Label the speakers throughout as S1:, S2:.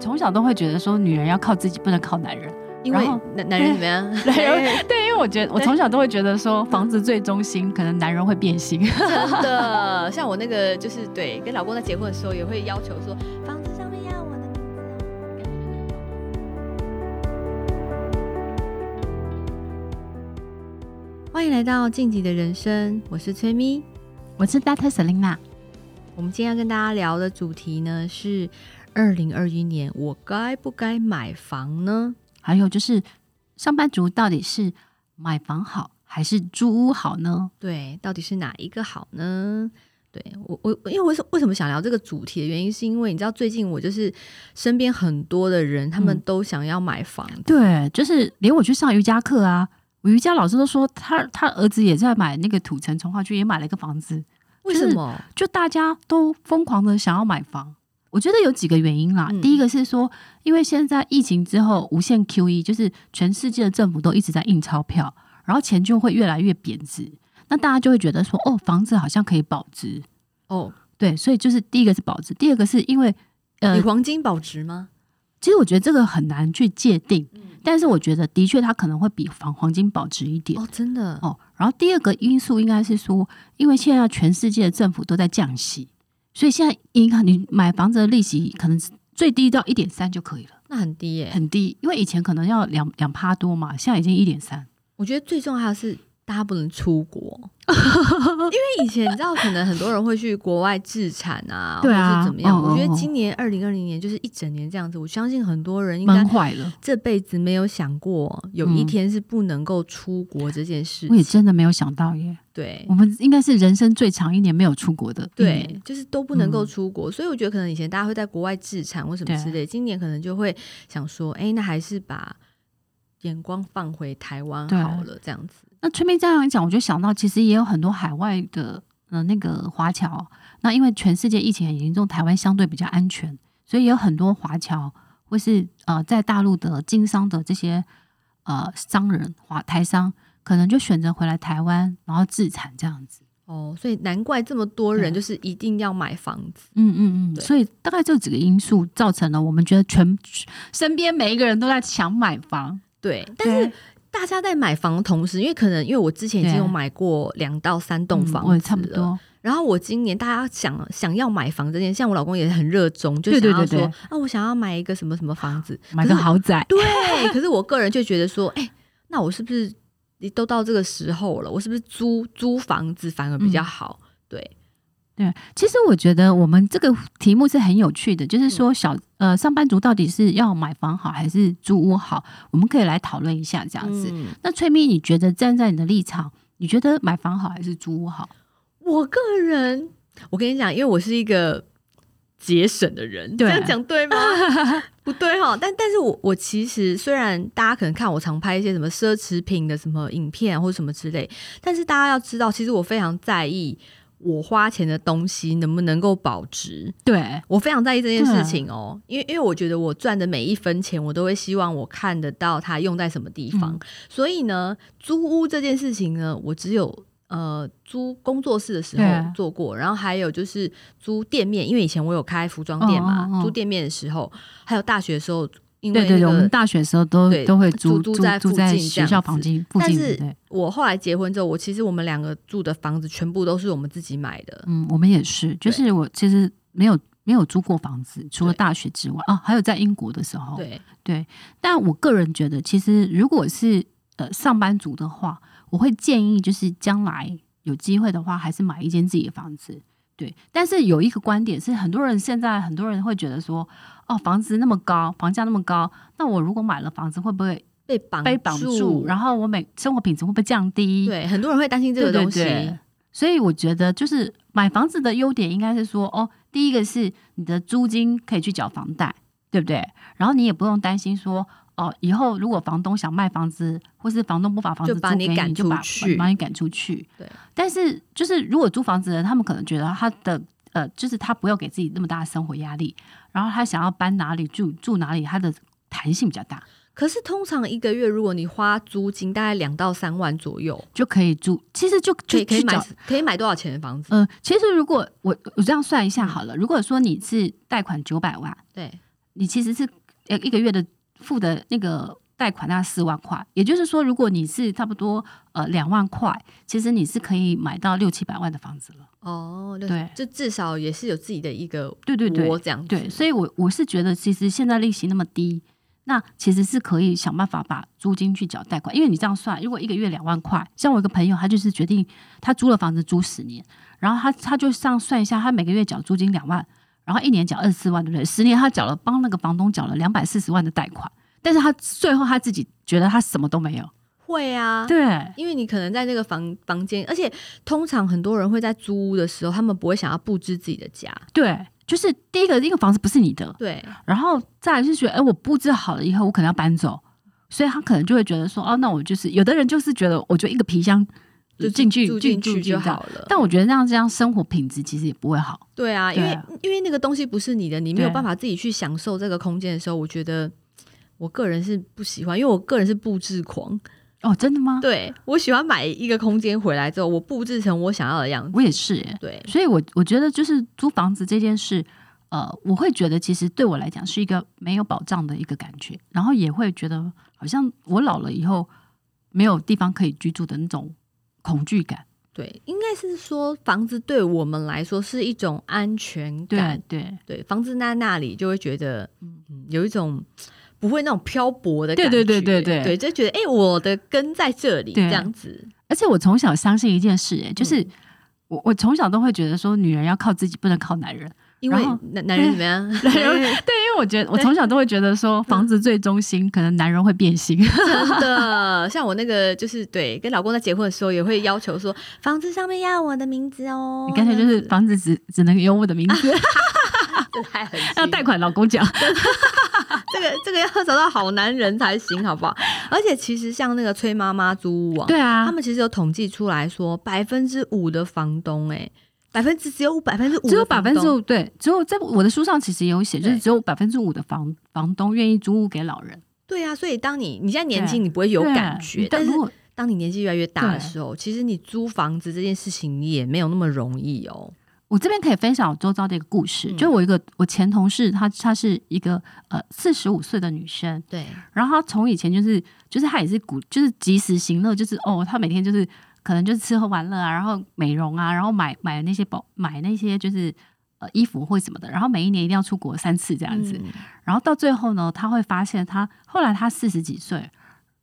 S1: 从小都会觉得说，女人要靠自己，不能靠男人。
S2: 因为
S1: 然后
S2: 男男人怎么样？
S1: 对，因为对，因为我觉得我从小都会觉得说，房子最忠心，可能男人会变心。
S2: 真的，像我那个就是对，跟老公在结婚的时候也会要求说，房子上面要我的名字哦。欢迎来到晋级的人生，我是崔咪。
S1: 我是 Data Selina，
S2: 我们今天要跟大家聊的主题呢是二零二一年，我该不该买房呢？
S1: 还有就是上班族到底是买房好还是租屋好呢？
S2: 对，到底是哪一个好呢？对我，我因为为什为什么想聊这个主题的原因，是因为你知道最近我就是身边很多的人，他们
S1: 嗯
S2: 都想要买房子，
S1: 对，就是连我去上瑜伽课啊，我瑜伽老师都说他他儿子也在买那个土城从化区，也买了一个房子，
S2: 为什么？
S1: 就大家都疯狂的想要买房。我觉得有几个原因啦，
S2: 嗯
S1: 第一个是说，因为现在疫情之后无限 QE，就是全世界的政府都一直在印钞票，然后钱就会越来越贬值，那大家就会觉得说，哦，房子好像可以保值，
S2: 哦，
S1: 对，所以就是第一个是保值，第二个是因为呃
S2: 以，黄金保值吗？
S1: 其实我觉得这个很难去界定，但是我觉得的确它可能会比黄黄金保值一点
S2: 哦，真的，
S1: 哦。然后第二个因素应该是说，因为现在全世界的政府都在降息，所以现在银行你买房子的利息可能最低到一点三就可以了，
S2: 那很低耶、
S1: 很低，因为以前可能要两两趴多嘛，现在已经一点三。
S2: 我觉得最重要的是大家不能出国， 因为以前你知道，可能很多人会去国外置产啊，
S1: 对啊
S2: 或者是怎么样。
S1: 哦
S2: 我觉
S1: 哦
S2: 得
S1: 哦
S2: 今年二零二零年就是一整年这样子，我相信很多人应该
S1: 闷坏了，
S2: 这辈子没有想过有一
S1: 嗯
S2: 天是不能够出国这件事
S1: 我也
S2: 情。
S1: 真的没有想到耶。
S2: 对
S1: 我们应该是人生最长一年没有出国的一年，
S2: 对，就是都不能够
S1: 嗯
S2: 出国，所以我觉得可能以前大家会在国外置产或什么
S1: 对啊
S2: 之类，今年可能就会想说，哎，那还是把眼光放回台湾
S1: 对
S2: 好了，这样子。
S1: 那崔妹这样一讲，我就想到其实也有很多海外的呃那个华侨，那因为全世界疫情很严重，台湾相对比较安全，所以也有很多华侨或是呃在大陆的经商的这些呃商人华台商，可能就选择回来台湾，然后自产这样子。
S2: 哦，所以难怪这么多人
S1: 对
S2: 就是一定要买房子。
S1: 嗯嗯嗯，
S2: 对
S1: 所以大概这几个因素造成了我们觉得全身边每一个人都在抢买房，
S2: 对，但是
S1: 对
S2: 大家在买房的同时，因为可能因为我之前已经
S1: 对
S2: 有买过两到三栋
S1: 嗯
S2: 房
S1: 我也
S2: 子
S1: 差不
S2: 了
S1: 多，
S2: 然后我今年大家想想要买房这件事，像我老公也很热衷，就
S1: 对
S2: 想
S1: 对
S2: 要
S1: 对对
S2: 说啊，我想要买一个什么什么房子，
S1: 买个
S2: 可是
S1: 豪宅。
S2: 对， 可是我个人就觉得说，哎、那我是不是都到这个时候了，我是不是租租房子反而比
S1: 嗯
S2: 较好？对，
S1: 对，其实我觉得我们这个题目是很有趣的，
S2: 嗯
S1: 就是说小呃上班族到底是要买房好还是租屋好，我们可以来讨论一下这
S2: 这
S1: 样子。那翠蜜，你觉得站在你的立场，你觉得买房好还是租屋好？
S2: 我个人，我跟你讲，因为我是一个节省的人，
S1: 对
S2: 这样讲对吗？不对哈，但但是我我其实虽然大家可能看我常拍一些什么奢侈品的什么影片啊或者什么之类，但是大家要知道，其实我非常在意我花钱的东西能不能够保值。
S1: 对，
S2: 我非常在意这件
S1: 对
S2: 事情哦，因为因为我觉得我赚的每一分钱，我都会希望我看得到它用在什么地方。
S1: 嗯
S2: 所以呢，租屋这件事情呢，我只有呃租工作室的时候
S1: 对啊
S2: 做过，然后还有就是租店面，因为以前我有开服装店嘛，
S1: 哦哦哦
S2: 租店面的时候，还有大学的时候，因为、
S1: 对
S2: 那
S1: 对对，我们
S2: 个
S1: 大学的时候都
S2: 对
S1: 都会
S2: 租
S1: 租
S2: 租
S1: 租
S2: 在
S1: 住
S2: 附
S1: 在
S2: 近这
S1: 学
S2: 样
S1: 校
S2: 子
S1: 房间附
S2: 但
S1: 近，
S2: 是
S1: 对，
S2: 我后来结婚之后，我其实我们两个住的房子全部都是我们自己买的。
S1: 嗯，我们也是，就
S2: 对
S1: 是我其实没有没有租过房子，除了
S2: 对
S1: 大学之外啊，还有在英国的时候，
S2: 对，
S1: 但我个人觉得，其实如果是呃上班族的话，我会建议就是将来有机会的话，还是买一间自己的房子。对，但是有一个观点是，很多人现在很多人会觉得说，哦，房子那么高，房价那么高，那我如果买了房子，会不会
S2: 被绑
S1: 被绑住？
S2: 住，
S1: 然后我每生活品质会不会降低？
S2: 对，很多人会担心这个
S1: 对
S2: 东西。
S1: 对对所以我觉得，就是买房子的优点应该是说，哦，第一个是你的租金可以去缴房贷，对不对？然后你也不用担心说，哦，以后如果房东想卖房子，或是房东不把房子
S2: 就
S1: 租
S2: 把
S1: 给
S2: 你赶
S1: 就把
S2: 出去
S1: 把你赶出去。
S2: 对。
S1: 但是，就是如果租房子的人，他们可能觉得他的呃，就是他不要给自己那么大的生活压力，然后他想要搬哪里住住哪里，他的弹性比较大，
S2: 可是通常一个月，如果你花租金大概两到三万左右，
S1: 就可以住。其实就
S2: 可
S1: 就
S2: 以可以
S1: 去
S2: 买
S1: 缴
S2: 可以买多少钱的房子？
S1: 呃，其实如果我我这样算一下好了，如果说你是贷款九百万，
S2: 对，
S1: 你其实是呃一个月的付的那个贷款大概四万块，也就是说，如果你是差不多呃两万块，其实你是可以买到六七百万的房子了。
S2: 哦，六
S1: 对
S2: 就至少也是有自己的一个
S1: 对对对
S2: 窝这样子
S1: 对，所以我我是觉得，其实现在利息那么低，那其实是可以想办法把租金去缴贷款，因为你这样算，如果一个月两万块，像我一个朋友，他就是决定他租了房子租十年，然后他他就这样算一下，他每个月缴租金两万，然后一年缴二十四万，对不对？十年他缴了帮那个房东缴了两百四十万的贷款，但是他最后他自己觉得他什么都没有，
S2: 会啊，
S1: 对。
S2: 因为你可能在那个房房间，而且通常很多人会在租屋的时候，他们不会想要布置自己的家，
S1: 对，就是第一个，一个房子不是你的，
S2: 对，
S1: 然后再来就是觉得，哎，我布置好了以后，我可能要搬走，所以他可能就会觉得说，哦，那我就是有的人就是觉得，我就一个皮箱就进去
S2: 住进去就。
S1: 这样
S2: 好了。
S1: 但我觉得这样这样生活品质其实也不会好。
S2: 对啊，因
S1: 对
S2: 为
S1: 啊
S2: 因为那个东西不是你的，你没有
S1: 对
S2: 办法自己去享受这个空间的时候，我觉得我个人是不喜欢，因为我个人是布置狂，
S1: 哦，真的 吗？
S2: 对我喜欢买一个空间回来之后，我布置成我想要的样子。
S1: 我也是耶。
S2: 对，
S1: 所以我我觉得就是租房子这件事，呃，我会觉得其实对我来讲是一个没有保障的一个感觉，然后也会觉得好像我老了以后没有地方可以居住的那种恐惧感。
S2: 对，应该是说房子对我们来说是一种安全感
S1: 对，对
S2: 对，房子在那里就会觉得，嗯，有一种不会那种漂泊的
S1: 对
S2: 感觉，
S1: 对对对对
S2: 对，就觉得哎、诶我的根在这里
S1: 对
S2: 这样子，
S1: 而且我从小相信一件事、哎，就是
S2: 嗯
S1: 我我从小都会觉得说，女人要靠自己，不能靠男 人。
S2: 因为
S1: 然后
S2: 男男人怎么样？
S1: 男人对，因为我觉得我从小都会觉得说，房子最忠心，可能男人会变心。
S2: 真的，像我那个就是对，跟老公在结婚的时候也会要求说，房子上面要我的名字哦。
S1: 你干脆就是房子只只能有我的名
S2: 啊
S1: 字，
S2: 这太狠心
S1: 要
S2: 了，
S1: 贷款老公
S2: 哦
S1: 讲。
S2: 这个这个要找到好男人才行，好不好？而且其实像那个崔妈妈租屋网，
S1: 对啊，
S2: 他们其实有统计出来说，百分之五的房东、欸，百分之只有百分之五，
S1: 只有百分之五，对，只有在我的书上其实也有写，就是
S2: 对
S1: 只有百分之五的房房东愿意租屋给老人，
S2: 对啊，所以当你你现在年
S1: 对
S2: 轻，你不会有
S1: 对
S2: 感觉，但
S1: 但
S2: 是
S1: 如果
S2: 当你年纪越来越大的
S1: 对
S2: 时候，其实你租房子这件事情也没有那么容易哦。
S1: 我这边可以分享我周遭的一个故事，
S2: 嗯
S1: 就我一个我前同事，她她是一个呃四十五岁的女生，
S2: 对，
S1: 然后他从以前就是就是他也是鼓就是及时行乐，就是哦，他每天就是可能就是吃喝玩乐啊，然后美容啊，然后买买那些保买那些就是呃衣服或什么的，然后每一年一定要出国三次这
S2: 这
S1: 样子。然后到最后呢，他会发现他后来他四十几岁，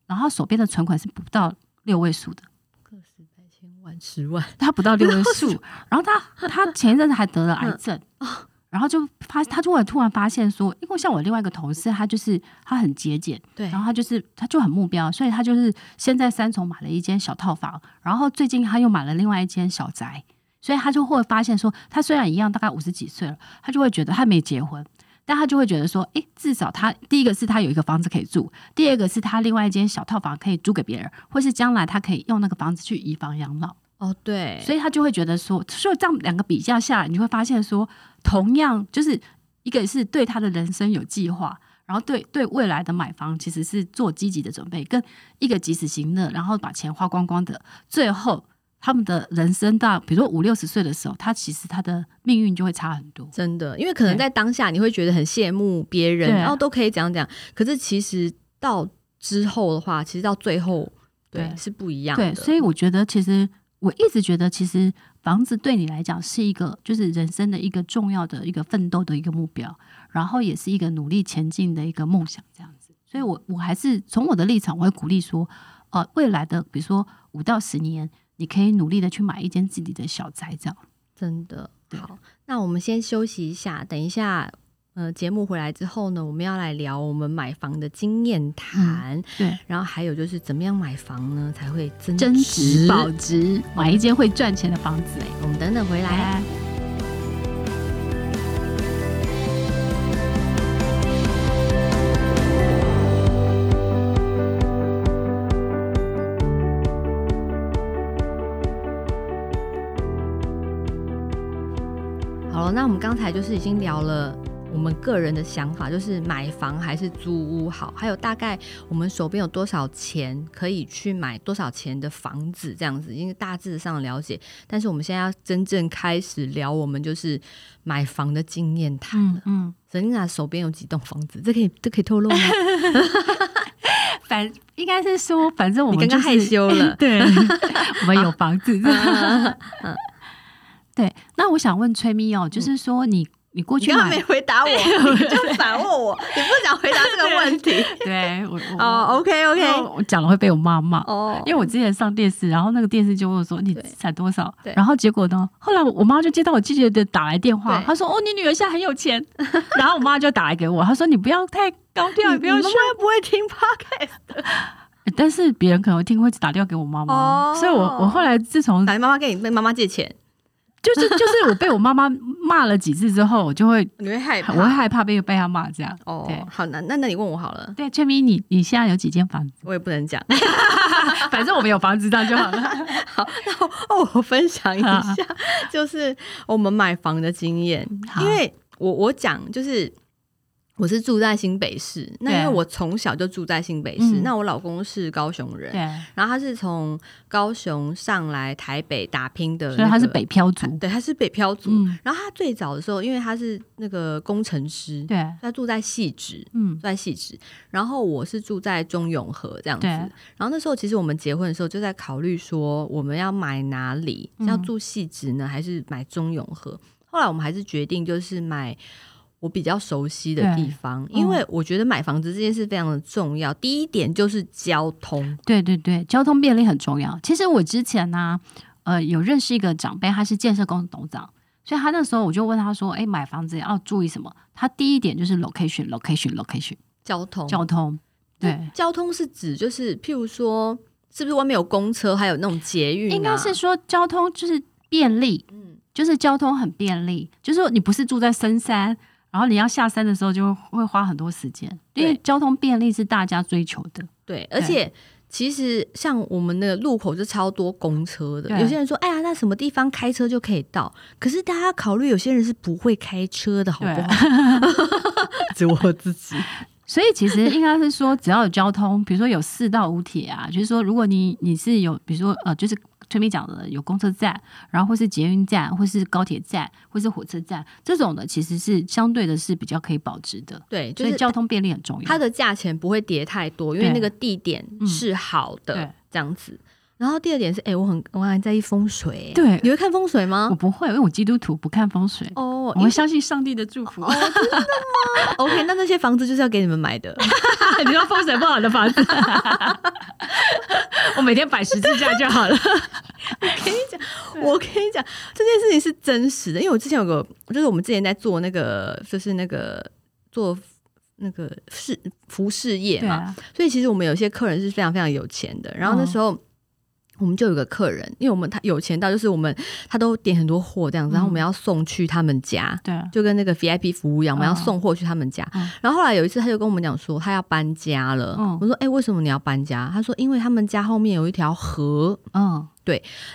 S1: 然后手边的存款是不到六位数的，
S2: 个十百千万十万，
S1: 他不到六位数。然后他他前一阵子还得了癌症。 然后就发，他突然突然发现说，因为像我另外一个同事，他就是他很节俭，
S2: 对
S1: 然后他就是他就很目标，所以他就是先在三重买了一间小套房，然后最近他又买了另外一间小宅，所以他就会发现说，他虽然一样大概五十几岁了，他就会觉得他没结婚。但他就会觉得说，诶，至少他第一个是他有一个房子可以住，第二个是他另外一间小套房可以租给别人，或是将来他可以用那个房子去以房养老，
S2: 哦对，
S1: 所以他就会觉得说，所以这样两个比较下来，你就会发现说，同样就是一个是对他的人生有计划，然后对对未来的买房其实是做积极的准备，跟一个及时行乐，然后把钱花光光的，最后他们的人生到比如说五六十岁的时候，他其实他的命运就会差很多。
S2: 真的，因为可能
S1: 对
S2: 在当下你会觉得很羡慕别人，
S1: 对
S2: 然后都可以怎样怎样，可是其实到之后的话，其实到最后对
S1: 对
S2: 是不一样的。
S1: 对，所以我觉得其实我一直觉得，其实房子对你来讲是一个就是人生的一个重要的一个奋斗的一个目标，然后也是一个努力前进的一个梦想这样子。所以我我还是从我的立场，我会鼓励说，呃，未来的比如说五到十年，你可以努力的去买一间自己的小宅，这样。
S2: 真的
S1: 对
S2: 好，那我们先休息一下，等一下。呃，节目回来之后呢，我们要来聊我们买房的经验谈，
S1: 对，
S2: 然后还有就是怎么样买房呢才会增
S1: 增值
S2: 值
S1: 保值，买一间会赚钱的房子、哎，
S2: 我们等等回来。
S1: 来，
S2: 好了，那我们刚才就是已经聊了我们个人的想法，就是买房还是租屋好，还有大概我们手边有多少钱可以去买多少钱的房子，这样子，因为大致上了解。但是我们现在要真正开始聊，我们就是买房的经验谈了。
S1: 嗯嗯，
S2: Selina 手边有几栋房子？这可以这可以透露吗？
S1: 反应该是说，反正我
S2: 你
S1: 们
S2: 刚刚
S1: 就是
S2: 害羞了 嗯
S1: 对，我们有房子。 对，那我想问崔咪哦，就是说你你过
S2: 嗯你
S1: 去
S2: 刚刚
S1: 买
S2: 没，回答我，你就反问我， 你不想回答这个问题。
S1: 对我我
S2: 哦，OK
S1: 因
S2: OK，
S1: 为我讲了会被我妈骂。
S2: 哦，
S1: 因为我之前上电视，然后那个电视就问我说你
S2: 对
S1: 资产多少
S2: 对，
S1: 然后结果呢，后来我妈就接到我姐姐的打来电话
S2: 对，
S1: 她说哦你女儿现在很有钱， 然后我妈就打来给我，她说你不要太高 调，也不要
S2: 你
S1: 说
S2: 妈，妈不会听 podcast，
S1: 但是别人可能会听会打电话给我妈妈，
S2: 哦
S1: 所以我我后来自从
S2: 打电妈妈跟你跟妈妈借钱，
S1: 就是就是我被我妈妈骂了几次之后，我就会
S2: 你会害怕？
S1: 我会害怕被被她骂这样。
S2: 哦
S1: 对，
S2: 好，那那那你问我好了，
S1: 对，翠咪，你你现在有几间房 子？
S2: 我也不能讲。
S1: 反正我们有房子，这样就 好了。
S2: 哦，我分享一下
S1: 啊，
S2: 就是我们买房的经验，
S1: 好
S2: 因为我我讲就是。我是住在新北市，那因为
S1: 对
S2: 我从小就住在新北市，
S1: 嗯
S2: 那我老公是高雄人，
S1: 对，
S2: 然后他是从高雄上来台北打拼的、
S1: 所以他是北，漂族。
S2: 对，他是北漂族。
S1: 嗯，
S2: 然后他最早的时候，因为他是那个工程师，
S1: 对，
S2: 他住在细致，
S1: 嗯
S2: 住，在细致。然后我是住在中永和这样子。
S1: 对
S2: 然后那时候其实我们结婚的时候就在考虑说，我们要买哪里，
S1: 嗯
S2: 要住细致呢，还是买中永和？后来我们还是决定就是买。我比较熟悉的地方，
S1: 嗯
S2: 因为我觉得买房子这件事非常的重要。第一点就是交通，
S1: 对对对，交通便利很重要。其实我之前呢、呃，有认识一个长辈，他是建设公司董事长，所以他那时候我就问他说：“哎，买房子要注意什么？”他第一点就是 location，location，location，
S2: 交通，
S1: 交通。对，
S2: 交通是指就是譬如说，是不是外面有公车，还有那种捷运、啊？
S1: 应该是说交通就是便利，
S2: 嗯，
S1: 就是交通很便利，就是说你不是住在深山，然后你要下山的时候就会花很多时间，因为
S2: 对
S1: 交通便利是大家追求的。
S2: 对，而且其实像我们那个路口就超多公车的，
S1: 对
S2: 有些人说，哎呀，那什么地方开车就可以到，可是大家要考虑，有些人是不会开车的，好不好？ 只有我自己。
S1: 所以其实应该是说，只要有交通，比如说有四到五铁啊，就是说，如果你你是有，比如说呃，就是崔明讲的有公车站，然后或是捷运站，或是高铁站，或是火车站这种的，其实是相对的是比较可以保值的。
S2: 对，就
S1: 所以
S2: 是
S1: 交通便利很重要。
S2: 它的价钱不会跌太多，因为
S1: 对
S2: 那个地点是好
S1: 嗯
S2: 的，
S1: 对
S2: 这样子。然后第二点是，哎、我很我很在意风水、哎
S1: 对
S2: 你会看风水
S1: 我
S2: 吗？
S1: 不会，因为我基督徒不看风水，
S2: 哦，
S1: 我
S2: 因为
S1: 会
S2: 哦
S1: 相信上帝的祝 福。
S2: OK，那那些房子就是要给你们买的。
S1: 你说风水不好的房子， 我每天摆十字架就好了。
S2: 我跟你讲，这件事情是真实的，因为我之前有个，就是我们之前在做那个，就是那个做那个饰服饰业
S1: 对
S2: 嘛，
S1: 啊，嗯
S2: 所以其实我们有些客人是非常非常有钱的。然后那时候。我们就有个客人，因为我们他有钱到就是我们他都点很多货这样子，
S1: 嗯
S2: 然后我们要送去他们家，
S1: 对啊，
S2: 就跟那个 VIP 服务一样，我们要送货去他们家。
S1: 嗯
S2: 然后后来有一次，他就跟我们讲说他要搬家了。
S1: 嗯
S2: 我说：“哎、为什么你要搬家？”他说：“因为他们家后面有一条河，
S1: 嗯，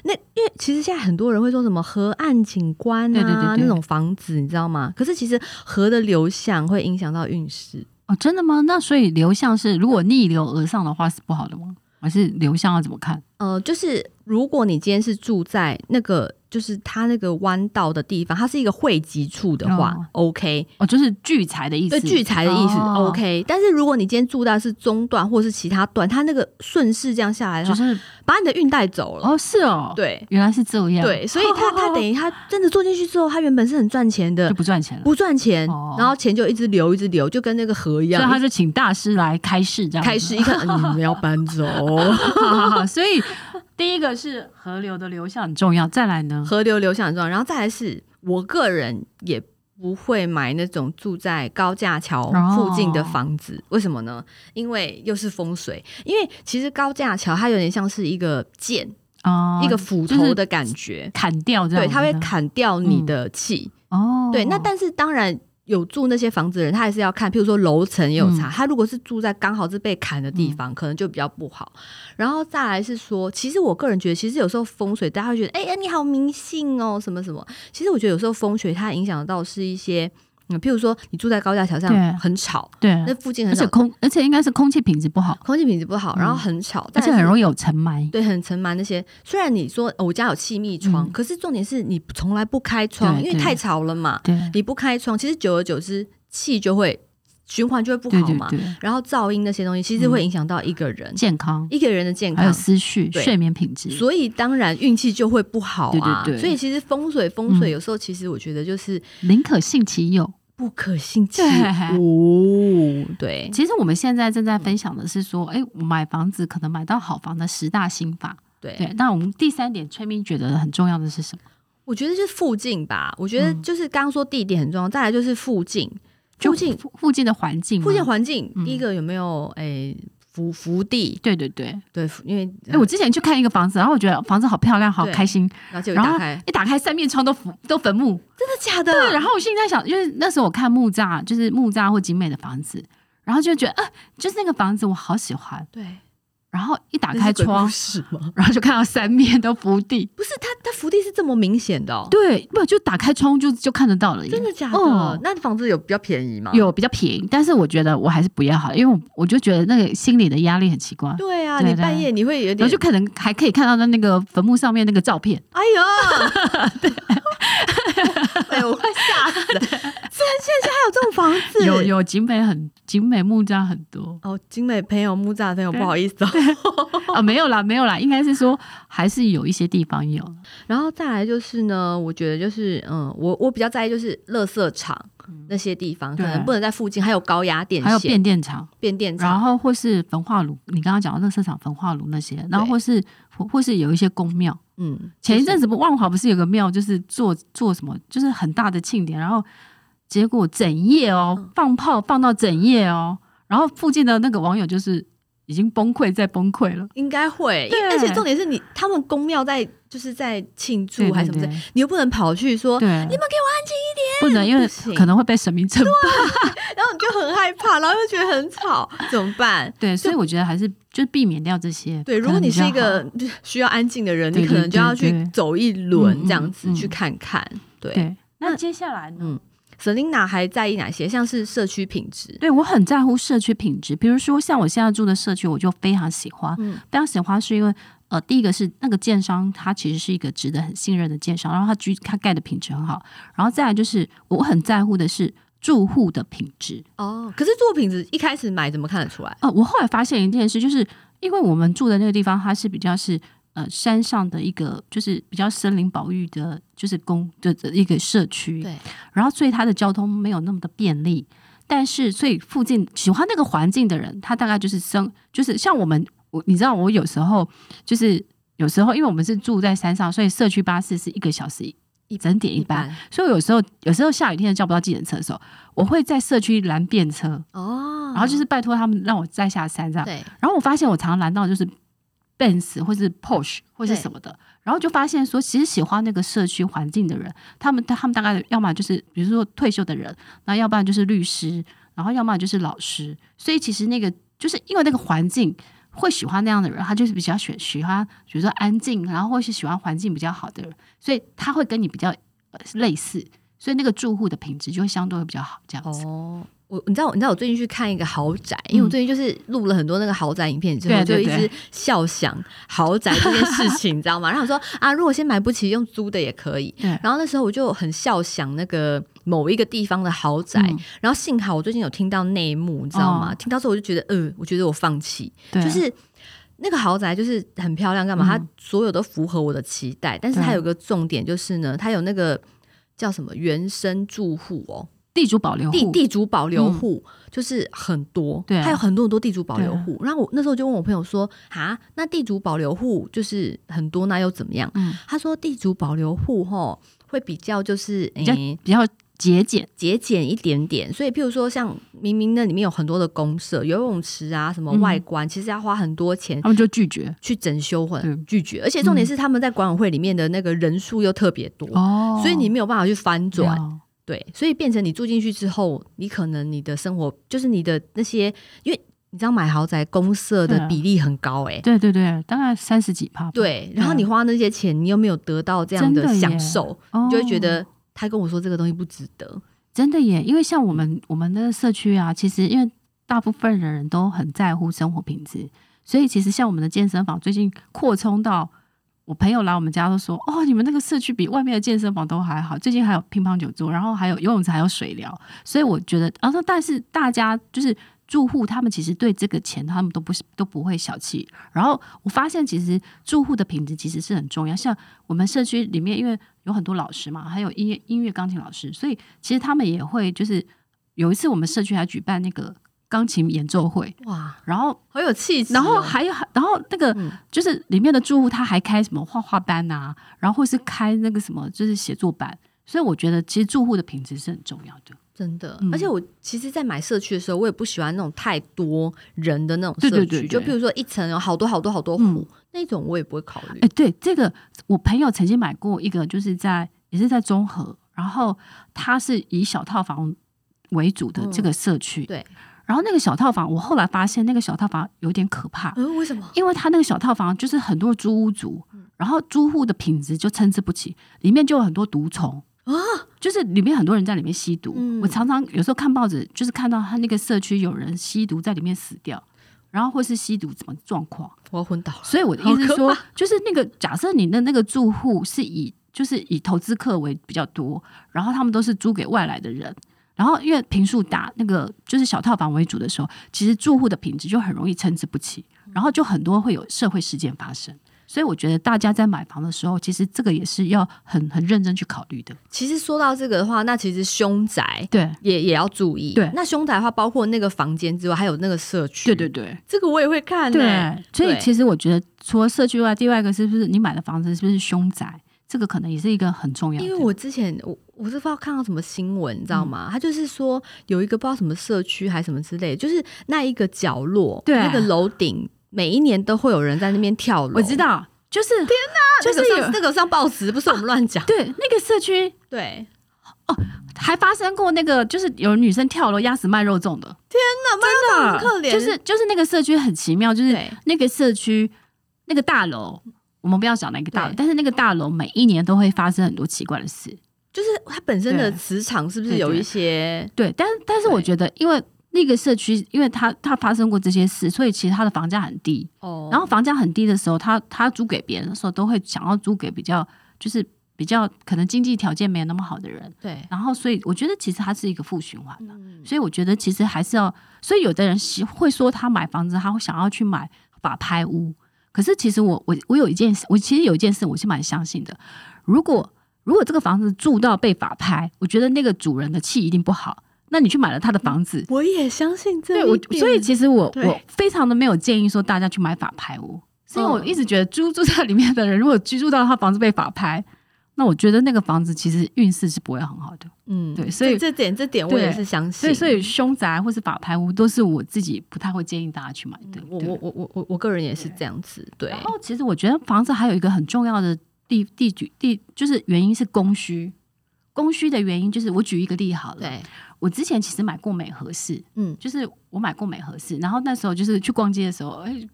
S2: 那因为其实现在很多人会说什么河岸景观啊
S1: 对对对对
S2: 那种房子，你知道吗？可是其实河的流向会影响到运势。
S1: 哦，真的吗？那所以流向是如果逆流而上的话是不好的吗？还是流向要怎么看？
S2: 呃，就是如果你今天是住在那个就是它那个弯道的地方，它是一个汇集处的话、
S1: 哦
S2: o k
S1: 哦，就是聚财的意思，
S2: 对聚财的意思、
S1: 哦
S2: OK。但是如果你今天住到是中段或是其他段，它那个顺势这样下来的
S1: 就
S2: 话，
S1: 是
S2: 把你的运带走了。
S1: 哦，是哦，，
S2: 对
S1: 原来是这样，
S2: 对，所以他他等于他真的做进去之后，他原本是很赚钱的
S1: 就，不赚钱了，
S2: 不赚钱，
S1: 哦
S2: 然后钱就一直流，一直流，就跟那个河一
S1: 所以他
S2: 样。
S1: 就请大师来开示这样子
S2: 开始一看，嗯你们要搬走，
S1: 好好好，所以第一个是河流的流向很重要，再来呢，
S2: 河流流向状，然后再来是我个人也不会买那种住在高架桥
S1: 哦
S2: 附近的房子，为什么呢？因为又是风水，因为其实高架桥它有点像是一个剑，
S1: 哦，
S2: 一个斧
S1: 就
S2: 头
S1: 是
S2: 的感觉，
S1: 砍掉这样
S2: 对，
S1: 子
S2: 它
S1: 的，嗯
S2: 会砍掉你的气，
S1: 哦，
S2: 对，那但是当然。有住那些房子的人，他还是要看，譬如说楼层也有
S1: 嗯
S2: 差。他如果是住在刚好是被砍的地方，可能就比较不好。然后再来是说，其实我个人觉得，其实有时候风水大家会觉得，哎、呀你好迷信哦，什么什么。其实我觉得有时候风水它影响到是一些嗯，譬如说你住在高架桥上
S1: 对
S2: 很吵，
S1: 对
S2: 那，附近
S1: 而
S2: 很
S1: 且
S2: 吵，
S1: 空，而且应该是空气品质不好，
S2: 空气品质不好，然后
S1: 嗯
S2: 很吵，
S1: 而
S2: 但
S1: 且很容
S2: 易
S1: 易有尘霾。
S2: 对很尘螨那些。虽然你说、哦我家有气密窗，
S1: 嗯
S2: 可是重点是你从来不开窗，
S1: 对
S2: 因为
S1: 对
S2: 太吵了嘛。
S1: 对，
S2: 你不开窗，其实久而久之气就会循环就会不
S1: 对
S2: 好
S1: 对
S2: 嘛。
S1: 对，
S2: 然后噪音那些东西，其实会影响到一个人、
S1: 健康
S2: 一个人的健
S1: 还有
S2: 康。
S1: 思绪、
S2: 对
S1: 睡眠品质，
S2: 所以当然运气就会不好啊，
S1: 对对对
S2: 所以其实风水风水
S1: 嗯
S2: 有时候其实我觉得就是
S1: 宁可信其有。
S2: 不可信其
S1: 对
S2: 无，对，
S1: 其实我们现在正在分享的是说，哎，我买房子可能买到好房的十大心法。
S2: 对，
S1: 对，那我们第三点，崔明觉得很重要的是什么？
S2: 我觉得就是附近吧。我觉得
S1: 嗯
S2: 就是刚刚说地点很重要，再来就是附近，
S1: 就
S2: 附近
S1: 附附近的环境吗，
S2: 附近环境，
S1: 嗯
S2: 第一个有没有诶福福地？
S1: 对对对。
S2: 对，因为
S1: 哎，我之前去看一个房子，然后我觉得房子好漂亮，好
S2: 对
S1: 开心，
S2: 然后就
S1: 然
S2: 打
S1: 后
S2: 开，
S1: 一打开三面窗都坟都坟墓。
S2: 真的假的？
S1: 对，然后我现在想，因为那时候我看木栅，就是木栅或景美的房子，然后就觉得，啊，就是那个房子我好喜欢。
S2: 对，
S1: 然后一打
S2: 打
S1: 开窗，
S2: 是鬼故事吗？
S1: 然后就看到三面都福地。
S2: 不是，它它福地是这么明显的、哦，
S1: 对，不就打开窗就就看得到了耶。
S2: 真的假的？
S1: 哦
S2: 那房子有比较便宜吗？，
S1: 有比较便宜，但是我觉得我还是不要好了，因为我我就觉得那个心理的压力很奇怪。
S2: 对啊，
S1: 对
S2: 你
S1: 对
S2: 半夜你会有
S1: 然后
S2: 点
S1: 就，可能还可以看到在那个坟墓上面那个照片，
S2: 哎呦， 对，哎，我快吓死了！这现在还有这种房子？
S1: 有有景美很景美木栅很多
S2: 哦，精美朋友、木栅的朋友，
S1: 对
S2: 不好意思哦。
S1: 啊，没有啦没有啦，应该是说还是有一些地方有，
S2: 然后再来就是呢，我觉得就是嗯，我我比较在意就是垃圾场那些地方，可
S1: 嗯对
S2: 能不能在附近，还有高压电线、
S1: 还有变电厂，
S2: 变电
S1: 然
S2: 厂，
S1: 后或是焚化炉，你刚刚讲到垃圾场、焚化炉那些，然后或是或或是有一些宫庙。
S2: 嗯，
S1: 前一阵
S2: 子
S1: 子不万华不是有个庙，就是做做什么，就是很大的庆典，然后结果整夜
S2: 嗯
S1: 哦放炮放到整夜哦，然后附近的那个网友就是已经崩溃再崩溃了，
S2: 应该会，因为
S1: 对
S2: 而且重点是你他们公庙在就是在庆
S1: 对
S2: 祝还是什么
S1: 对
S2: 之类，你又不能跑去说。
S1: 对，你
S2: 你们给我安静一
S1: 不能因为
S2: 不行
S1: 可能会被神明惩罚，
S2: 点，然后你就很害怕，然后又觉得很吵，怎么办？
S1: 对，所以我觉得还是就避免掉这些。
S2: 啊对，如
S1: 可
S2: 果
S1: 能
S2: 你
S1: 比较
S2: 是
S1: 好
S2: 一个需要安静的人，
S1: 对
S2: 你可能就要
S1: 对
S2: 去
S1: 对
S2: 走一轮
S1: 嗯
S2: 这样子
S1: 嗯嗯
S2: 去看看。对
S1: 对，那接下来呢？
S2: 嗯，Selina 还在意哪些？像是社区品质，
S1: 对我很在乎社区品质，比如说像我现在住的社区，我就非常喜欢，
S2: 嗯
S1: 非常喜欢是因为呃，第一个是那个建商，他其实是一个值得很信任的建商，然后他居他盖的品质很好，然后再来就是我很在乎的是住户的品质。
S2: 哦，可是作品质一开始买怎么看得出来？
S1: 呃，我后来发现一件事，就是因为我们住的那个地方，它是比较是呃山上的一个，就是比较森林保育的，就是公的的一个社区，
S2: 对，
S1: 然后所以它的交通没有那么的便利，但是所以附近喜欢那个环境的人，他大概就是生，就是像我们，我你知道我有时候就是有时候，因为我们是住在山上，所以社区巴士是一个小时一整点一班，所以我有时候有时候下雨天叫不到计程车的时候，我会在社区拦便车，
S2: 哦，
S1: 然后就是拜托他们让我再下山这样，
S2: 对，
S1: 然后我发现我常常拦到就是 Benz 或是 Porsche 或是
S2: 对
S1: 什么的，然后就发现说，其实喜欢那个社区环境的人，他们他们大概要么就是比如说退休的人，那要不然就是律师，然后要么就是老师，所以其实那个就是因为那个环境。会喜欢那样的人，他就是比较喜喜欢，比如说安静，然后或是喜欢环境比较好的人，所以他会跟你比较呃类似，所以那个住户的品质就会相对会比较好，这样子。
S2: 哦。我你知道我你知道我最近去看一个豪宅，因为我
S1: 嗯
S2: 最近就是录了很多那个豪宅影片之后，
S1: 对
S2: 就
S1: 对
S2: 一直
S1: 对
S2: 笑想豪宅这件事情，你知道吗？然后我说啊，如果先买不起，用租的也可以。
S1: 对
S2: 然后那时候我就很笑想那个某一个地方的豪宅，
S1: 嗯
S2: 然后幸好我最近有听到内幕，你知道吗？
S1: 哦
S2: 听到之后我就觉得，呃，我觉得我放弃，
S1: 对，啊
S2: 就是那个豪宅就是很漂亮，干嘛？
S1: 嗯
S2: 它所有都符合我的期待，但是
S1: 对啊
S2: 它有个重点就是呢，它有那个叫什么原生住户哦，
S1: 地主保留
S2: 地
S1: 户，嗯
S2: 地主保留户、就是很多，
S1: 对啊
S2: 它有很多很多地主保留户。然后我那时候就问我朋友说，啊，那地主保留户就是很多，那又怎么样？
S1: 嗯，
S2: 他说地主保留户吼会比较就是
S1: 比较
S2: 诶
S1: 比较节俭，
S2: 节俭一点点，所以譬如说像明明那里面有很多的公社、游泳池啊，什么
S1: 嗯
S2: 外观，其实要花很多钱
S1: 他们就拒绝。
S2: 去整修或者
S1: 对
S2: 拒绝，而且重
S1: 嗯
S2: 点是他们在管委会里面的那个人数又特别多，
S1: 哦啊
S2: 所以你没有办法去翻转，
S1: 了
S2: 对，所以变成你住进去之后，你可能你的生活就是你的那些，因为你知道买豪宅公社
S1: 对
S2: 的
S1: 啊
S2: 比例很高哎、
S1: 对对对，大概三十几趴吧，
S2: 对，然后你花那些钱，你又没有得到这样
S1: 嗯真的耶
S2: 享受，
S1: 哦
S2: 你就会觉得他跟我说这个东西不值得，
S1: 真的耶，因为像我们我们的社区啊，其实因为大部分的人都很在乎生活品质，所以其实像我们的健身房最近扩充到。我朋友来我们家都说：“哦，你们那个社区比外面的健身房都还好。最近还有乒乓球桌，然后还有游泳池，还有水疗。所以我觉得，啊，那但是大家就是住户，他们其实对这个钱，他们都不是都不会小气。然后我发现，其实住户的品质其实是很重要。像我们社区里面，因为有很多老师嘛，还有音乐音乐钢琴老师，所以其实他们也会就是有一次我们社区还举办那个钢琴演奏会，
S2: 哇，
S1: 然后
S2: 好有气质哦、
S1: 然后还有，然后那个、
S2: 嗯
S1: 就是里面的住户，他还开什么画画班啊，然后或是开那个什么就是写作班，所以我觉得其实住户的品质是很重要的。
S2: 真的，
S1: 嗯
S2: 而且我其实，在买社区的时候，我也不喜欢那种太多人的那种社
S1: 对
S2: 区，
S1: 对对对
S2: 就比如说一层有好多好多好多户、
S1: 嗯
S2: 那种，我也不会考虑
S1: 哎、。对，这个我朋友曾经买过一个，就是在也是在中和，然后它是以小套房为主的这个社区，
S2: 嗯对，
S1: 然后那个小套房，我后来发现那个小套房有点可怕，
S2: 嗯，为什么？
S1: 因为他那个小套房就是很多租屋族，
S2: 嗯
S1: 然后租户的品质就参差不齐，里面就有很多毒虫
S2: 啊，
S1: 就是里面很多人在里面吸毒。
S2: 嗯
S1: 我常常有时候看报纸，就是看到他那个社区有人吸毒在里面死掉，然后或是吸毒怎么状况。
S2: 我要昏倒了。
S1: 所以我的意思是
S2: 好
S1: 说，就是那个假设你的那个住户是以就是以投资客为比较多，然后他们都是租给外来的人，然后因为平数大，那个就是小套房为主的时候，其实住户的品质就很容易参差不齐，然后就很多会有社会事件发生。所以我觉得大家在买房的时候，其实这个也是要很很认真去考虑的。
S2: 其实说到这个的话，那其实凶宅
S1: 对，
S2: 也也要注意。
S1: 对
S2: 那凶宅的话，包括那个房间之外，还有那个社区。
S1: 对对，对
S2: 这个我也会看、欸。
S1: 对。所以
S2: 对
S1: 其实我觉得，除了社区外，另外一个是不是你买的房子是不是凶宅？这个可能也是一个很重要的。
S2: 因为我之前我我是不知道看到什么新闻，你知
S1: 嗯
S2: 道吗？他就是说有一个不知道什么社区还是什么之类，就是那一个角落，
S1: 对
S2: 那个楼顶，每一年都会有人在那边跳楼。
S1: 我知，道，就是天哪就
S2: 就是是
S1: 有
S2: 上那个上报纸，不是我们乱讲。
S1: 对那个社区
S2: 对，
S1: 还发生过那个，就是有女生跳楼压死卖肉粽的，
S2: 那么可怜，
S1: 就是就是那个社区很奇妙，就是
S2: 对
S1: 那个社区那个大楼，我们不要讲哪个大楼
S2: 对，
S1: 但是那个大楼每一年都会发生很多奇怪的事，
S2: 就是它本身的
S1: 对
S2: 磁场是不是
S1: 对对
S2: 有一些？
S1: 对，但但是我
S2: 对
S1: 觉得因为。那个社区，因为它它发生过这些事，所以其实它的房价很低。
S2: 哦
S1: 然后房价很低的时候，他他租给别人的时候，都会想要租给比较就是比较可能经济条件没有那么好的人。
S2: 对，
S1: 然后，所以我觉得其实它是一个负循环、啊。
S2: 嗯
S1: 所以我觉得其实还是要，所以有的人喜会说他买房子，他会想要去买法拍屋。可是其实我我我有一件事，我其实有一件事我是蛮相信的。如果如果这个房子住到被法拍，我觉得那个主人的气一定不好。那你去买了他的房子，
S2: 我也相信这
S1: 对
S2: 一
S1: 我，
S2: 点
S1: 所以其实我
S2: 嗯对
S1: 我非常的没有建议说大家去买法拍屋，是因为我
S2: 嗯
S1: 一直觉得租住 在里面的人，如果居住到他房子被法拍，那我觉得那个房子其实运势是不会很好的。
S2: 嗯
S1: 对所以
S2: 这这点这点我也
S1: 对
S2: 是相
S1: 所
S2: 信。
S1: 以，所以凶宅啊或是法拍屋都是我自己不太会建议大家去买的。
S2: 嗯我
S1: 对
S2: 我我我我我个人也是这样子。对，
S1: 然后其实我觉得房子还有一个很重要的地地举地，就是原因是供需。供需的原因就是我举一个例好了，
S2: 对，
S1: 我之前其实买过美和式，
S2: 嗯，
S1: 就是我买过美和式，然后那时候就是去逛街的时候，哎，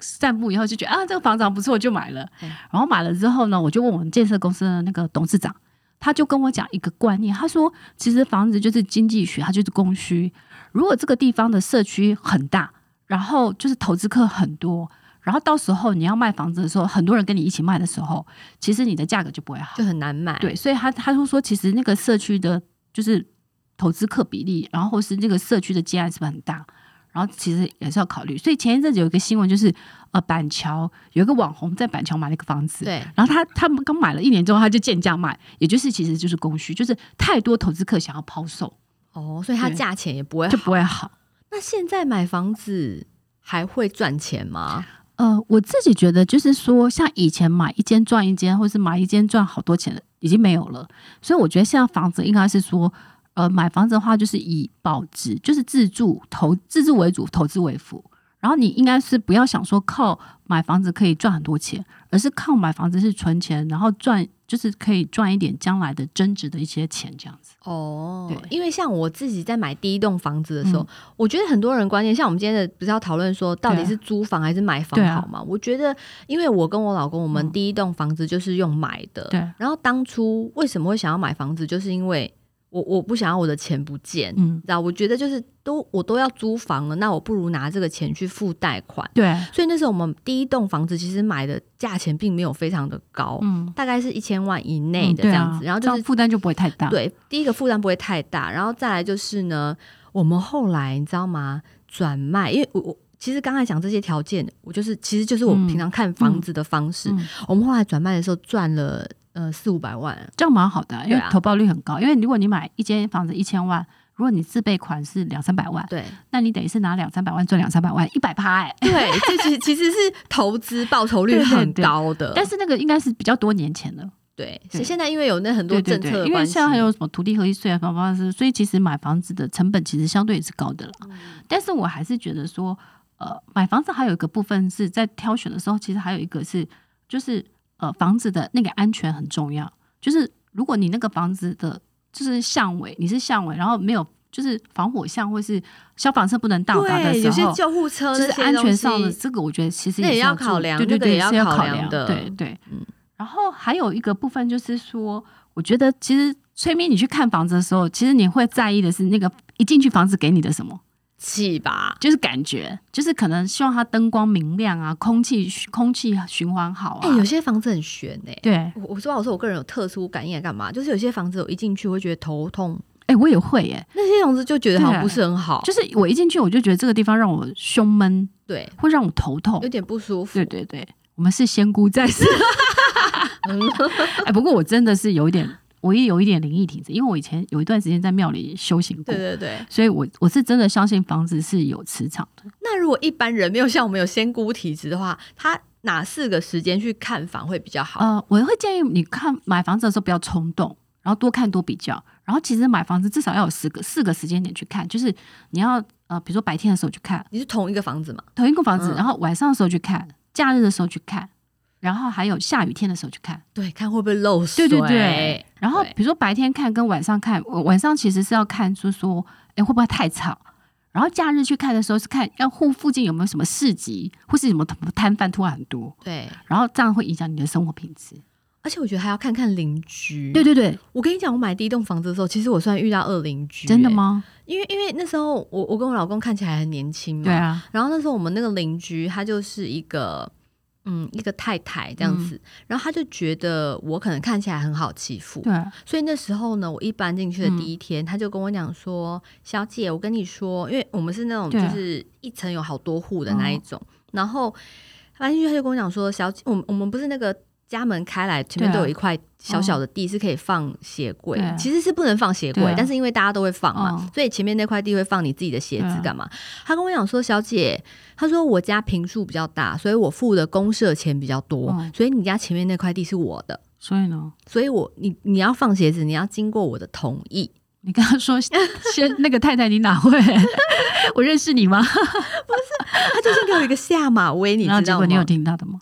S1: 散步以后就觉得啊这个房子还不错，就买了
S2: 嗯。
S1: 然后买了之后呢，我就问我们建设公司的那个董事长，他就跟我讲一个观念，他说其实房子就是经济学，它就是供需。如果这个地方的社区很大，然后就是投资客很多。然后到时候你要卖房子的时候，很多人跟你一起卖的时候，其实你的价格就不会好
S2: 就。很难买。
S1: 对，所以他他就说，其实那个社区的，就是投资客比例，然后或是那个社区的接案是不是很大？然后其实也是要考虑。所以前一阵子有一个新闻，就是呃板桥有一个网红在板桥买了一个房子，
S2: 对
S1: 然后他他们刚买了一年之后，他就贱价卖，也就是其实就是供需，就是太多投资客想要抛售
S2: 哦，所以它
S1: 对
S2: 价钱也不会
S1: 就
S2: 好。
S1: 不会好。
S2: 那现在买房子还会赚钱吗？
S1: 呃，我自己觉得就是说，像以前买一间赚一间，或是买一间赚好多钱的，已经没有了。所以我觉得现在房子应该是说，呃，买房子的话就是以保值，就是自住投自住为主，投资为辅。然后你应该是不要想说靠买房子可以赚很多钱，而是靠买房子是存钱，然后赚就是可以赚一点将来的增值的一些钱，这样子。
S2: 哦
S1: 对，
S2: 因为像我自己在买第一栋房子的时候，我觉得很多人观念，像我们今天的不是要讨论说到底
S1: 嗯对啊
S2: 是租房还是买房
S1: 对啊
S2: 好吗？我觉得，因为我跟我老公，我们
S1: 嗯
S2: 第一栋房子就是用买的，
S1: 对
S2: 然后当初为什么会想要买房子，就是因为我我不想要我的钱不见，
S1: 嗯
S2: 你，知道？我觉得就是都我都要租房了，那我不如拿这个钱去付贷款。
S1: 对，
S2: 所以那时候我们第一栋房子其实买的价钱并没有非常的高，
S1: 嗯，
S2: 大概是一千万以内
S1: 嗯
S2: 的
S1: 对
S2: 这
S1: 啊
S2: 样子。然后
S1: 这
S2: 就
S1: 样
S2: 是
S1: 负担就不会太大。，
S2: 对，第一个负担不会太大，然后再来就是呢，我们后来你知道吗？转卖，因为我我其实刚才讲这些条件，我就是其实就是我
S1: 嗯
S2: 们平常看房子的方式。
S1: 嗯
S2: 我们后来转卖的时候赚了呃四五百万，
S1: 这样蛮好的啊，因
S2: 对
S1: 为
S2: 啊
S1: 投报率很高。因为如果你买一间房子一千万，如果你自备款是两三百万，
S2: 对
S1: 那你等于是拿两三百万赚两三百万，一百趴哎。
S2: 对，这其其实是投资报酬率
S1: 对对
S2: 很
S1: 对
S2: 高的，
S1: 但是那个应该是比较多年前了，
S2: 对，
S1: 对
S2: 是现在因为有那很多
S1: 对对
S2: 政策
S1: 对，
S2: 的
S1: 因为
S2: 关系，
S1: 现在还有什么土地合一税啊，方方式，所以其实买房子的成本其实相对也是高的啦。
S2: 嗯
S1: 但是我还是觉得说，呃，买房子还有一个部分是在挑选的时候，其实还有一个是，就是呃，房子的那个安全很重要。就是如果你那个房子的，就是巷尾，你是巷尾，然后没有就是防火巷或是消防车不能到达的
S2: 对，
S1: 时
S2: 有些
S1: 候，
S2: 救护车
S1: 就
S2: 哦那
S1: 是
S2: 些
S1: 安全
S2: 东
S1: 上的
S2: 西
S1: 这个，我觉得其实
S2: 那也
S1: 是
S2: 要
S1: 注
S2: 考量
S1: 对对
S2: 那个
S1: 对，
S2: 也要
S1: 是要
S2: 考
S1: 考
S2: 量的
S1: 对对，
S2: 嗯
S1: 然后还有一个部分就是说，我觉得其实崔咪你去看房子的时候，其实你会在意的是那个一进去房子给你的什么，
S2: 气吧，
S1: 就是感觉，就是可能希望它灯光明亮啊，空气空气循环好啊，
S2: 哎、有些房子很悬哎、
S1: 对，哎、
S2: 我我说我说我个人有特殊感应来干嘛？就是有些房子我一进去会觉得头痛，
S1: 哎我也会耶、
S2: 那些房子就觉得好
S1: 对
S2: 像不是很好，
S1: 就是我一进去我就觉得这个地方让我胸闷，
S2: 对，
S1: 会让我头痛
S2: 有，点不舒服。
S1: 对对对，我们是仙姑在世。 哎、不过我真的是有一点，我也有一点灵异体质，因为我以前有一段时间在庙里修行过
S2: 对，对对
S1: 所以我我是真的相信房子是有磁场的。
S2: 那如果一般人没有像我们有仙姑体质的话，他哪四个时间去看房会比较好？
S1: 呃，我会建议你看买房子的时候不要冲动，然后多看多比较，然后其实买房子至少要有十个四个时间点去看，就是你要呃，比如说白天的时候去看
S2: 你是同一个房子嘛？
S1: 同一个房子，
S2: 嗯
S1: 然后晚上的时候去看，假日的时候去看，然后还有下雨天的时候去看。
S2: 对，看会不会漏水？
S1: 对对对。然后
S2: 对
S1: 比如说白天看跟晚上看，我晚上其实是要看，就是说，哎，会不会太吵？然后假日去看的时候是看要户附近有没有什么市集或是什么摊贩突然很多，
S2: 对
S1: 然后这样会影响你的生活品质。
S2: 而且我觉得还要看看邻居。
S1: 对，对对，
S2: 我跟你讲，我买第一栋房子的时候，其实我算遇到二邻居、
S1: 真的
S2: 欸？
S1: 吗？
S2: 因为因为那时候我我跟我老公看起来很年轻嘛，
S1: 对啊，
S2: 然后那时候我们那个邻居，她就是一个嗯一个太太这样子，
S1: 嗯
S2: 然后她就觉得我可能看起来很好欺负，
S1: 对，啊
S2: 所以那时候呢，我一搬进去的
S1: 嗯
S2: 第一天，她就跟我讲说：“小姐，我跟你说，因为我们是那种
S1: 对哦
S2: 就是一层有好多户的那一种，然后搬进去她就跟我讲说，小姐，我们我们不是那个。”家门开来，前面
S1: 对啊哦
S2: 都有一块小小的地，是可以放鞋柜。
S1: 对啊
S2: 其实是不能放鞋柜，
S1: 对啊
S2: 但是因为大家都会放嘛，
S1: 嗯
S2: 所以前面那块地会放你自己的鞋
S1: 对
S2: 子
S1: 啊
S2: 干嘛？他跟我讲说，小姐，他说我家平数比较大，所以我付的公社钱比较多，
S1: 嗯
S2: 所以你家前面那块地是我的，
S1: 所以呢，
S2: 所以我你你要放鞋子，你要经过我的同意。
S1: 你刚刚说 先那个太太，你哪会？ 我认识你吗？
S2: 他就是给我一个下马威，你
S1: 然后
S2: 知
S1: 结
S2: 道
S1: 果
S2: 吗
S1: 你？有听到的吗？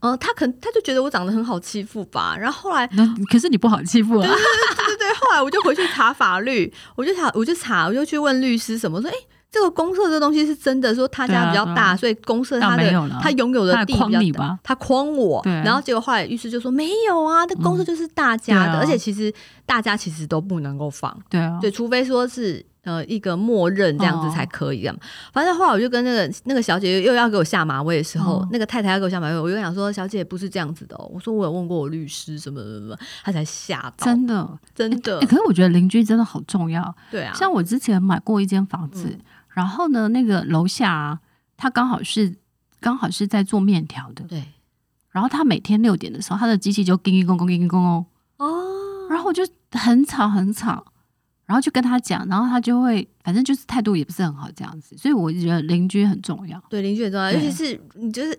S2: 呃，他可能他就觉得我长得很好欺负吧，然后后来
S1: 那可是你不好欺负啊，
S2: 对对，后来我就回去查法律， 我就查，我就查，我就去问律师什么，说哎。诶这个公社这东西是真的，说他家比较
S1: 对啊
S2: 大，
S1: 对啊
S2: 所以公社他
S1: 那
S2: 的
S1: 没有了
S2: 他拥有的
S1: 他还
S2: 地比
S1: 诓你
S2: 较大
S1: 吧，
S2: 他诓我，
S1: 对啊
S2: 然后结果后来律师就说没有啊，这公社就是大家
S1: 对
S2: 的，
S1: 啊
S2: 而且其实大家其实都不能够放，
S1: 对啊，
S2: 对，除非说是呃一个默认这样子
S1: 哦
S2: 才可以的嘛。反正后来我就跟那个那个小姐又要给我下马威的时候，
S1: 哦
S2: 那个太太要给我下马威，我就跟她讲说，小姐不是这样子的、哦，我说我有问过我律师什么什么什么，她才吓到，
S1: 真的。
S2: 真的
S1: 欸，可是我觉得邻居真的好重要。
S2: 对啊，
S1: 像我之前买过一间房子，
S2: 嗯
S1: 然后呢，那个楼下啊，他刚好是刚好是在做面条的，
S2: 对
S1: 然后他每天六点的时候，他的机器就叮叮咣咣叮叮咣咣，
S2: 哦，
S1: 然后我就很吵很吵，然后就跟他讲，然后他就会，反正就是态度也不是很好这样子，所以我觉得邻居很重要。
S2: 对邻居很重要，尤
S1: 对
S2: 其是你就是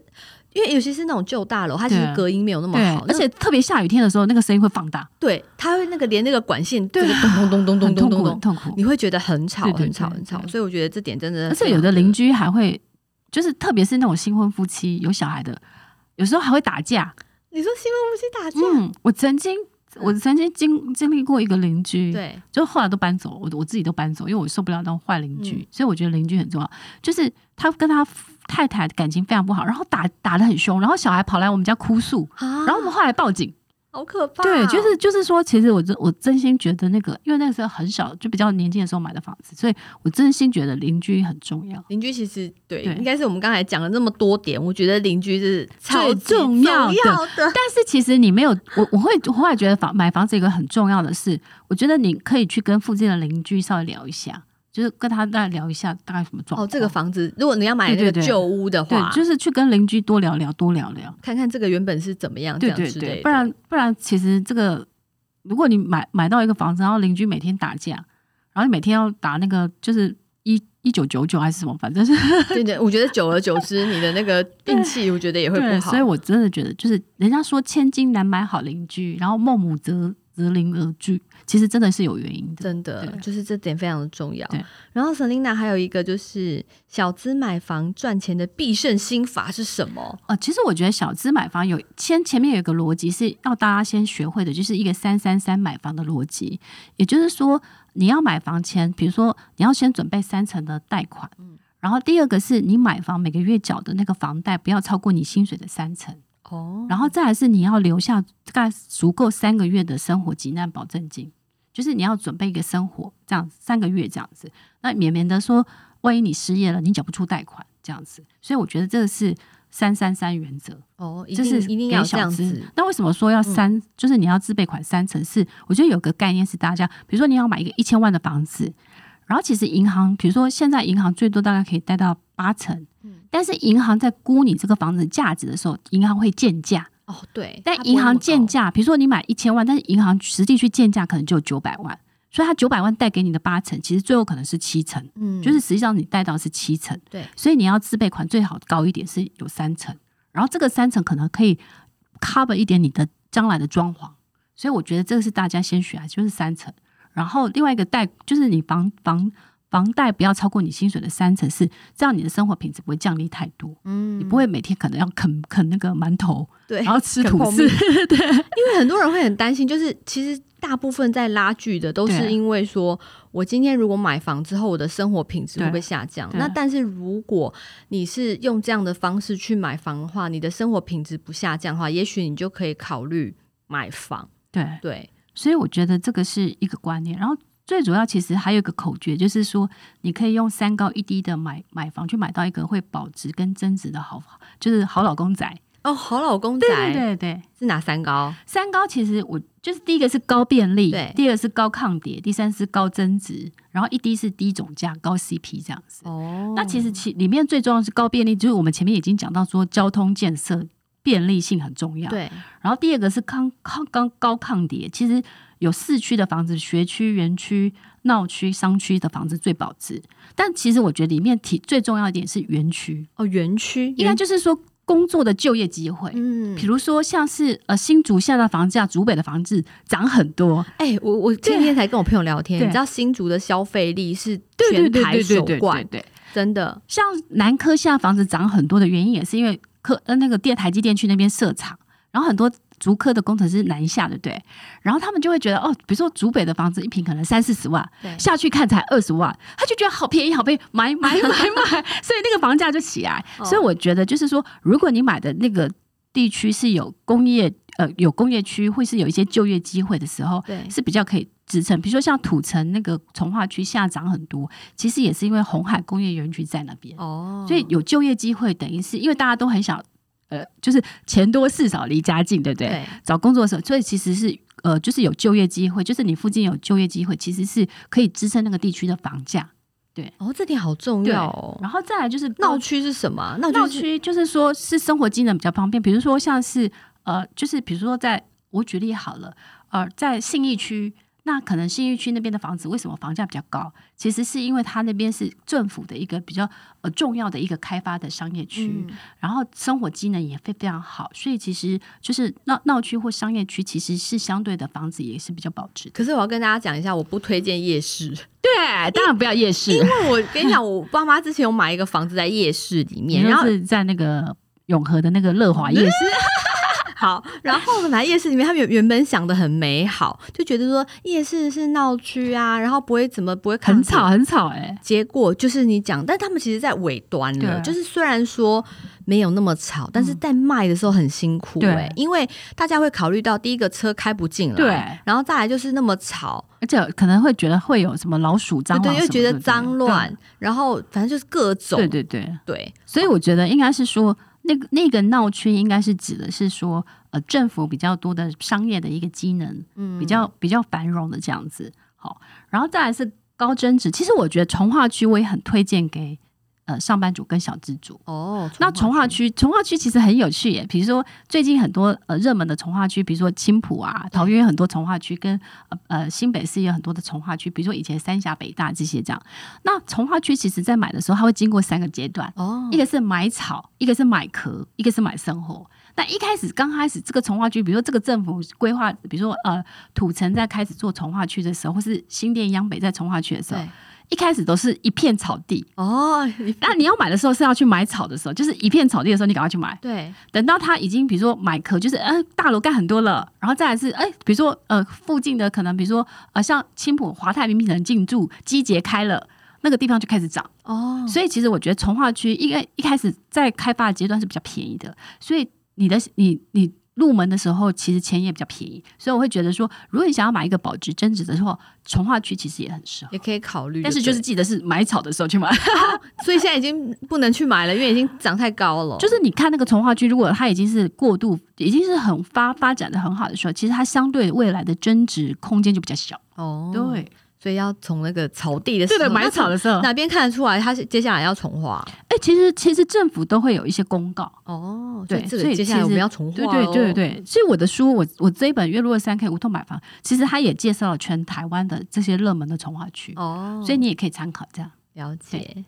S2: 因为尤其是那种旧大楼，它其实
S1: 对
S2: 隔音没有那么
S1: 对
S2: 好，，
S1: 而
S2: 那
S1: 且特别下雨天的时候，那个声音会放大，
S2: 对它会那个连那个管线就是咚咚咚
S1: 啊
S2: 咚
S1: 很痛
S2: 咚咚
S1: 苦，
S2: 咚
S1: 很。痛苦。
S2: 你会觉得很吵，
S1: 对对
S2: 很吵，
S1: 对
S2: 很吵，
S1: 对
S2: 所以我觉得这点真的。
S1: 而且有的邻
S2: 居，
S1: 居还会，就是特别是那种新婚夫妻有小孩的，有时候还会打架。
S2: 你说新闻夫妻打架，
S1: 嗯，我曾经我曾经经经历过一个邻居，，
S2: 嗯对，
S1: 就后来都搬走，我我自己都搬走，因为我受不了那种坏邻居，
S2: 嗯
S1: 所以我觉得邻居很重要。就是他跟他太太感情非常不好，然后打打得很凶，然后小孩跑来我们家哭诉，
S2: 啊
S1: 然后我们后来报警，
S2: 好可怕哦。
S1: 对，就是就是说，其实我真我真心觉得那个，因为那个时候很小，就比较年轻的时候买的房子，所以我真心觉得邻居很重要。
S2: 邻居其实对，
S1: 对
S2: 应该是我们刚才讲了那么多点，我觉得邻居是超级
S1: 重要的
S2: 重 的。
S1: 但是其实你没有，我我会我后来觉得房买房子有一个很重要的事，我觉得你可以去跟附近的邻居稍微聊一下，就是跟他大概聊一下大概什么状况。
S2: 哦，这个房子，如果你要买这
S1: 对
S2: 个
S1: 对对
S2: 旧屋的话，
S1: 对，就是去跟邻居多聊聊，多聊聊。
S2: 看看这个原本是怎么样，这
S1: 对
S2: 样
S1: 对
S2: 之类
S1: 对，
S2: 的
S1: 不然不然，其实这个如果你买买到一个房子，然后邻居每天打架，然后你每天要打那个就是一一九九九还是什么，反正是
S2: 对对，我觉得久而久之，你的 那个运气，我觉得也会不
S1: 对，
S2: 好。
S1: 所以我真的觉得，就是人家说千金难买好邻居，然后孟母择择邻而居，其实真的是有原因的。
S2: 真的
S1: 对
S2: 就是这点非常的重要
S1: 对。
S2: 然后 Selina 还有一个就是小资买房赚钱的必胜心法是什么？
S1: 呃，其实我觉得小资买房有先前面有一个逻辑是要大家先学会的，就是一个三三三买房的逻辑，也就是说你要买房前，比如说你要先准备三成的贷款，然后第二个是你买房每个月缴的那个房贷不要超过你薪水的三成，
S2: 哦，
S1: 然后再来是你要留下大概足够三个月的生活急难保证金，就是你要准备一个生活这样三个月这样子，那免免得说万一你失业了，你缴不出贷款这样子。所以我觉得这个是三三三原则，
S2: 哦，一
S1: 这
S2: 定
S1: 是
S2: 一定
S1: 给
S2: 要这
S1: 小
S2: 样
S1: 资
S2: 子。嗯
S1: 那为什么说要三？就是你要自备款三成是？我觉得有个概念是大家，比如说你要买一个一千万的房子，然后其实银行，比如说现在银行最多大概可以贷到八成，
S2: 嗯
S1: 但是银行在估你这个房子价值的时候，银行会建价。
S2: 哦，对，它
S1: 但
S2: 不会
S1: 银
S2: 那
S1: 行
S2: 么
S1: 建
S2: 高，
S1: 价，比如说你买一千万，但是银行实际去建价可能只有九百万，所以它九百万贷给你的八成，其实最后可能是七成，
S2: 嗯，
S1: 就是实际上你贷到的是七成，
S2: 对，
S1: 所以你要自备款最好高一点是有三成，然后这个三成可能可以 cover 一点你的将来的装潢，所以我觉得这个是大家先学啊，就是三成，然后另外一个贷就是你房房房贷不要超过你薪水的三成是，这样你的生活品质不会降低太多，
S2: 嗯
S1: 你不会每天可能要啃啃那个馒头。
S2: 对，
S1: 然后吃
S2: 啃
S1: 吐
S2: 泡
S1: 司
S2: 面，因为很多人会很担心，就是其实大部分在拉锯的都
S1: 对
S2: 是因为说，我今天如果买房之后，我的生活品质会不会下降？
S1: 对
S2: 那但是如果你是用这样的方式去买房的话，你的生活品质不下降的话，也许你就可以考虑买房。
S1: 对，
S2: 对，
S1: 所以我觉得这个是一个观念。然后最主要其实还有一个口诀，就是说你可以用三高一低的买买房去买到一个会保值跟增值的好，就是好老公仔。
S2: 哦，好老公仔
S1: 对对对对，
S2: 是哪三高？
S1: 三高其实我就是第一个是高便利
S2: 对，
S1: 第二个是高抗跌，第三是高增值，然后一低是低总价、高 CP 这样子。
S2: 哦
S1: 那其实其里面最重要的是高便利，就是我们前面已经讲到说交通建设便利性很重要。
S2: 对，
S1: 然后第二个是抗抗高高抗跌，其实有市区的房子、学区、园区、闹区、商区的房子最保值，但其实我觉得里面提最重要一点是园区，
S2: 哦，园区
S1: 应该就是说工作的就业机会。
S2: 嗯
S1: 比如说，像是呃新竹现在的房价，竹北的房子涨很多，
S2: 哎、我我今天才跟我朋友聊天，
S1: 对
S2: 你知道新竹的消费力是全台首冠，
S1: 对。
S2: 真的
S1: 像南科现在房子涨很多的原因，也是因为科呃那个电台积电去那边设厂，然后很多竹科的工程师南下，对不对？然后他们就会觉得哦，比如说竹北的房子一平可能三四十万
S2: 对，
S1: 下去看才二十万，他就觉得好便宜，好便宜，买 买买买，所以那个房价就起来。
S2: 哦
S1: 所以我觉得就是说，如果你买的那个地区是有工业呃有工业区，或是有一些就业机会的时候，
S2: 对
S1: 是比较可以支撑。比如说像土城那个从化区下涨很多，其实也是因为红海工业园区在那边，
S2: 哦
S1: 所以有就业机会，等于是因为大家都很想，呃，就是钱多事少离家近，对不对？
S2: 对
S1: 找工作的时候，所以其实是呃，就是有就业机会，就是你附近有就业机会，其实是可以支撑那个地区的房价。
S2: 哦，这点好重要哦。
S1: 然后再来就是
S2: 闹区是什么啊？闹
S1: 闹
S2: 区是
S1: 区哦就是说是生活机能比较方便，比如说像是呃，就是比如说在我举例好了，呃，在信义区，那可能信义区那边的房子为什么房价比较高？其实是因为它那边是政府的一个比较呃重要的一个开发的商业区，
S2: 嗯
S1: 然后生活机能也非非常好，所以其实就是闹闹区或商业区其实是相对的房子也是比较保值的。嗯
S2: 可是我要跟大家讲一下，我不推荐 夜市，
S1: 对，当然不要夜市，
S2: 因为我跟你讲，我爸妈之前有买一个房子在夜市里面，
S1: 也
S2: 然
S1: 就嗯
S2: 后
S1: 是在那个永和的那个乐华夜市。
S2: 好，然后本来夜市里面，他们原原本想的很美好，就觉得说夜市是闹区啊，然后不会怎么不会
S1: 很
S2: 抗
S1: 吵
S2: 争。
S1: 很吵哎、
S2: 结果就是你讲，但他们其实在尾端了，
S1: 对嗯
S2: 就是虽然说没有那么吵，但是在卖的时候很辛苦、
S1: 对
S2: 欸，因为大家会考虑到第一个车开不进来，
S1: 对，
S2: 然后再来就是那么吵，
S1: 而且可能会觉得会有什么老鼠、蟑螂
S2: 对
S1: 什么
S2: 对，又
S1: 的，
S2: 觉得脏
S1: 对
S2: 乱，，然后反正就是各种，
S1: 对对对。
S2: 对
S1: 所以我觉得应该是说，那个那个闹区应该是指的是说，呃，政府比较多的商业的一个机能，
S2: 嗯
S1: 比较比较繁荣的这样子。好，然后再来是高增值。其实我觉得从化区我也很推荐给呃上班族跟小资族。
S2: 哦，
S1: 那从化区，从化区其实很有趣耶。比如说，最近很多呃热门的从化区，比如说青浦啊、桃园有很多从化区，跟呃呃新北市也有很多的从化区，比如说以前三峡、北大这些这样。那从化区其实在买的时候，它会经过三个阶段，
S2: 哦
S1: 一，个是买草，一个是买壳，一个是买生活。那一开始刚开始这个从化区，比如说这个政府规划，比如说呃土城在开始做从化区的时候，或是新店央北在从化区的时候
S2: 对，，
S1: 一开始都是一片草地。
S2: 哦， 你
S1: 那你要买的时候是要去买草的时候，就是一片草地的时候，你赶快去买。
S2: 对，
S1: 等到它已经比如说买壳，就是呃大楼盖很多了，然后再来是哎、比如说呃附近的可能比如说呃像青浦华泰名品城进驻，季节开了，那个地方就开始涨。
S2: 哦，
S1: 所以其实我觉得从化区一开一开始在开发的阶段是比较便宜的，所以你的你你入门的时候其实钱也比较便宜，所以我会觉得说，如果你想要买一个保值增值的时候，从化区其实也很适合。
S2: 也可以考虑，
S1: 但是 就是
S2: 对
S1: 记得是买草的时候去买，
S2: 了所以现在已经不能去买了，因为已经涨太高了，
S1: 就是你看那个从化区，如果它已经是过度，已经是很发发展的很好的时候，其实它相对未来的增值空间就比较小。
S2: 哦，，所以要从那个草地的
S1: 对
S2: 时候，
S1: 的，买
S2: 那
S1: 草的时候，
S2: 从
S1: 哎、
S2: 哪边看得出来它是接下来要重化？
S1: 其实其实政府都会有一些公告，
S2: 哦，
S1: 对
S2: 所以这
S1: 所
S2: 个
S1: 以
S2: 接下来
S1: 其
S2: 我们
S1: 实
S2: 要重化哦
S1: 对
S2: 咯，
S1: 对对对，所以我的书，我我这一本《月入二三 K 无痛买房》，其实它也介绍了全台湾的这些热门的从化区，
S2: 哦，
S1: 所以你也可以参考这样。
S2: 了解，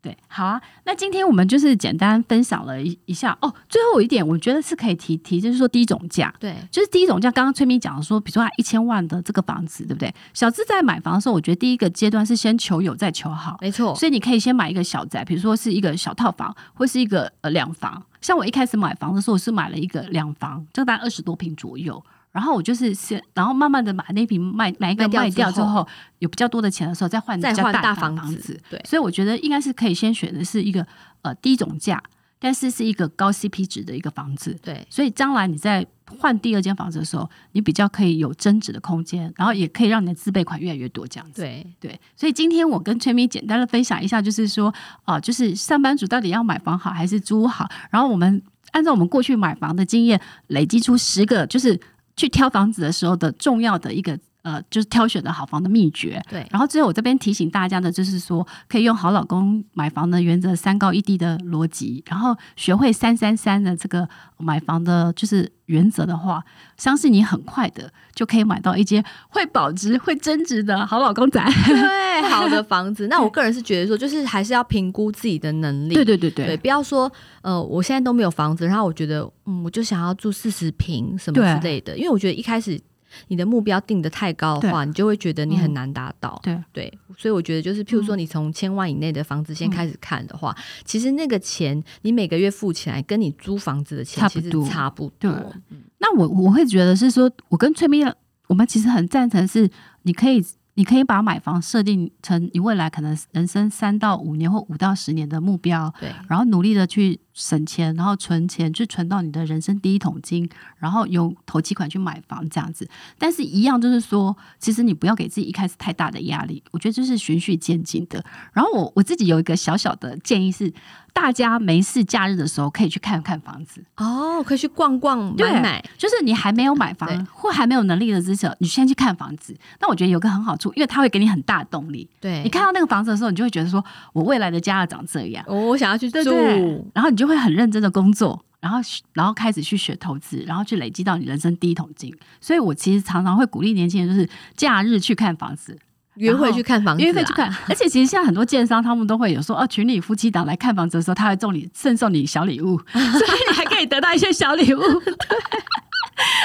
S1: 对，好啊。那今天我们就是简单分享了一一下哦。最后有一点，我觉得是可以提提，就是说低总价，
S2: 对，
S1: 就是第一种，像刚刚崔咪讲说，比如说一千万的这个房子，对不对？小资在买房的时候，我觉得第一个阶段是先求有，再求好。
S2: 没错，
S1: 所以你可以先买一个小宅，比如说是一个小套房，或是一个呃两房。像我一开始买房的时候，我是买了一个两房，就大概二十多平左右。然后我就是先，然后慢慢的把那瓶卖哪一个
S2: 卖掉
S1: 卖掉
S2: 之
S1: 之
S2: 后
S1: 后，有比较多的钱的时候，再换比
S2: 再
S1: 较
S2: 换
S1: 大
S2: 大
S1: 的房
S2: 房
S1: 子。，
S2: 对，
S1: 所以我觉得应该是可以先选的是一个呃低总价，但是是一个高 CP 值的一个房子。
S2: 对，
S1: 所以将来你在换第二间房子的时候，你比较可以有增值的空间，然后也可以让你的自备款越来越多，这样子。
S2: 对，
S1: 对，所以今天我跟崔咪简单的分享一下，就是说，啊、就是上班族到底要买房好还是租好？然后我们按照我们过去买房的经验，累积出十个就是去挑房子的时候的重要的一个呃，就是挑选的好房的秘诀。
S2: 对，
S1: 然后最后我这边提醒大家的就是说，可以用好老公买房的原则三高一低的逻辑，然后学会三三三的这个买房的就是原则的话，相信你很快的就可以买到一间会保值、会增值的好老公仔。
S2: 对，好的房子。那我个人是觉得说，就是还是要评估自己的能力。
S1: 对对对
S2: 对，
S1: 对
S2: 不要说呃，我现在都没有房子，然后我觉得嗯，我就想要住四十平什么
S1: 对
S2: 之类的，因为我觉得一开始你的目标定的太高的话，你就会觉得你很难达到。
S1: 对
S2: 对，所以我觉得就是，譬如说你从千万以内的房子先开始看的话，其实那个钱你每个月付起来，跟你租房子的钱
S1: 差不
S2: 其实
S1: 多
S2: 差不
S1: 对
S2: 多。
S1: 那我我会觉得是说，我跟崔咪，我们其实很赞成是，你可以你可以把买房设定成你未来可能人生三到五年或五到十年的目标，
S2: 对
S1: 然后努力的去省钱，然后存钱，去存到你的人生第一桶金，然后用投期款去买房这样子。但是，一样就是说，其实你不要给自己一开始太大的压力，我觉得这是循序渐进的。然后我我自己有一个小小的建议是，大家没事假日的时候可以去看看房子，
S2: 哦，可以去逛逛
S1: 对
S2: 买买，
S1: 就是你还没有买
S2: 对
S1: 房或还没有能力的之前，你先去看房子。那我觉得有个很好处，因为它会给你很大的动力。
S2: 对，
S1: 你看到那个房子的时候，你就会觉得说，我未来的家要长这样。
S2: 哦我我想要去
S1: 对
S2: 住，
S1: 不对？然后你就会很认真的工作，然后然后开始去学投资，然后去累积到你人生第一桶金。所以我其实常常会鼓励年轻人，就是假日去看房子，
S2: 约会去看房子、啊，
S1: 因为可以去 看。而且其实现在很多建商他们都会有说，哦，群里夫妻档来看房子 的时候，他会送你赠送你小礼物，所以你还可以得到一些小礼物。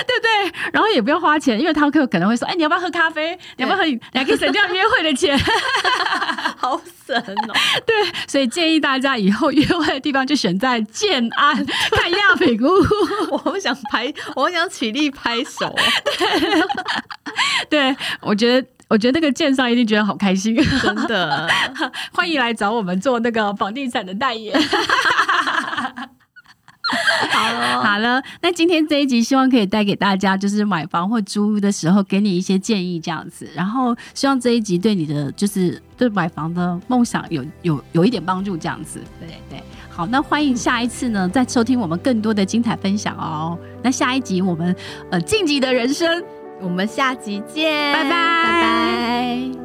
S1: 对不对？然后也不用花钱，因为他可可能会说：“哎，你要不要喝咖啡？你要不要喝饮？你还可以省掉约会的钱。
S2: 好神哦！”
S1: 对，所以建议大家以后约会的地方就选在建安、看亚北谷。
S2: 我好想拍，我好想起立拍手哦，
S1: 对，我觉得，我觉得那个建商一定觉得好开心，
S2: 真的。
S1: 欢迎来找我们做那个房地产的代言。
S2: 好哦，
S1: 好了，那今天这一集希望可以带给大家，就是买房或租屋的时候，给你一些建议这样子。然后希望这一集对你的就是对买房的梦想有有有一点帮助这样子。
S2: 对
S1: 对，好，那欢迎下一次呢再收听我们更多的精彩分享哦。那下一集我们呃晋级的人生，
S2: 我们下集见，
S1: 拜拜
S2: 拜拜。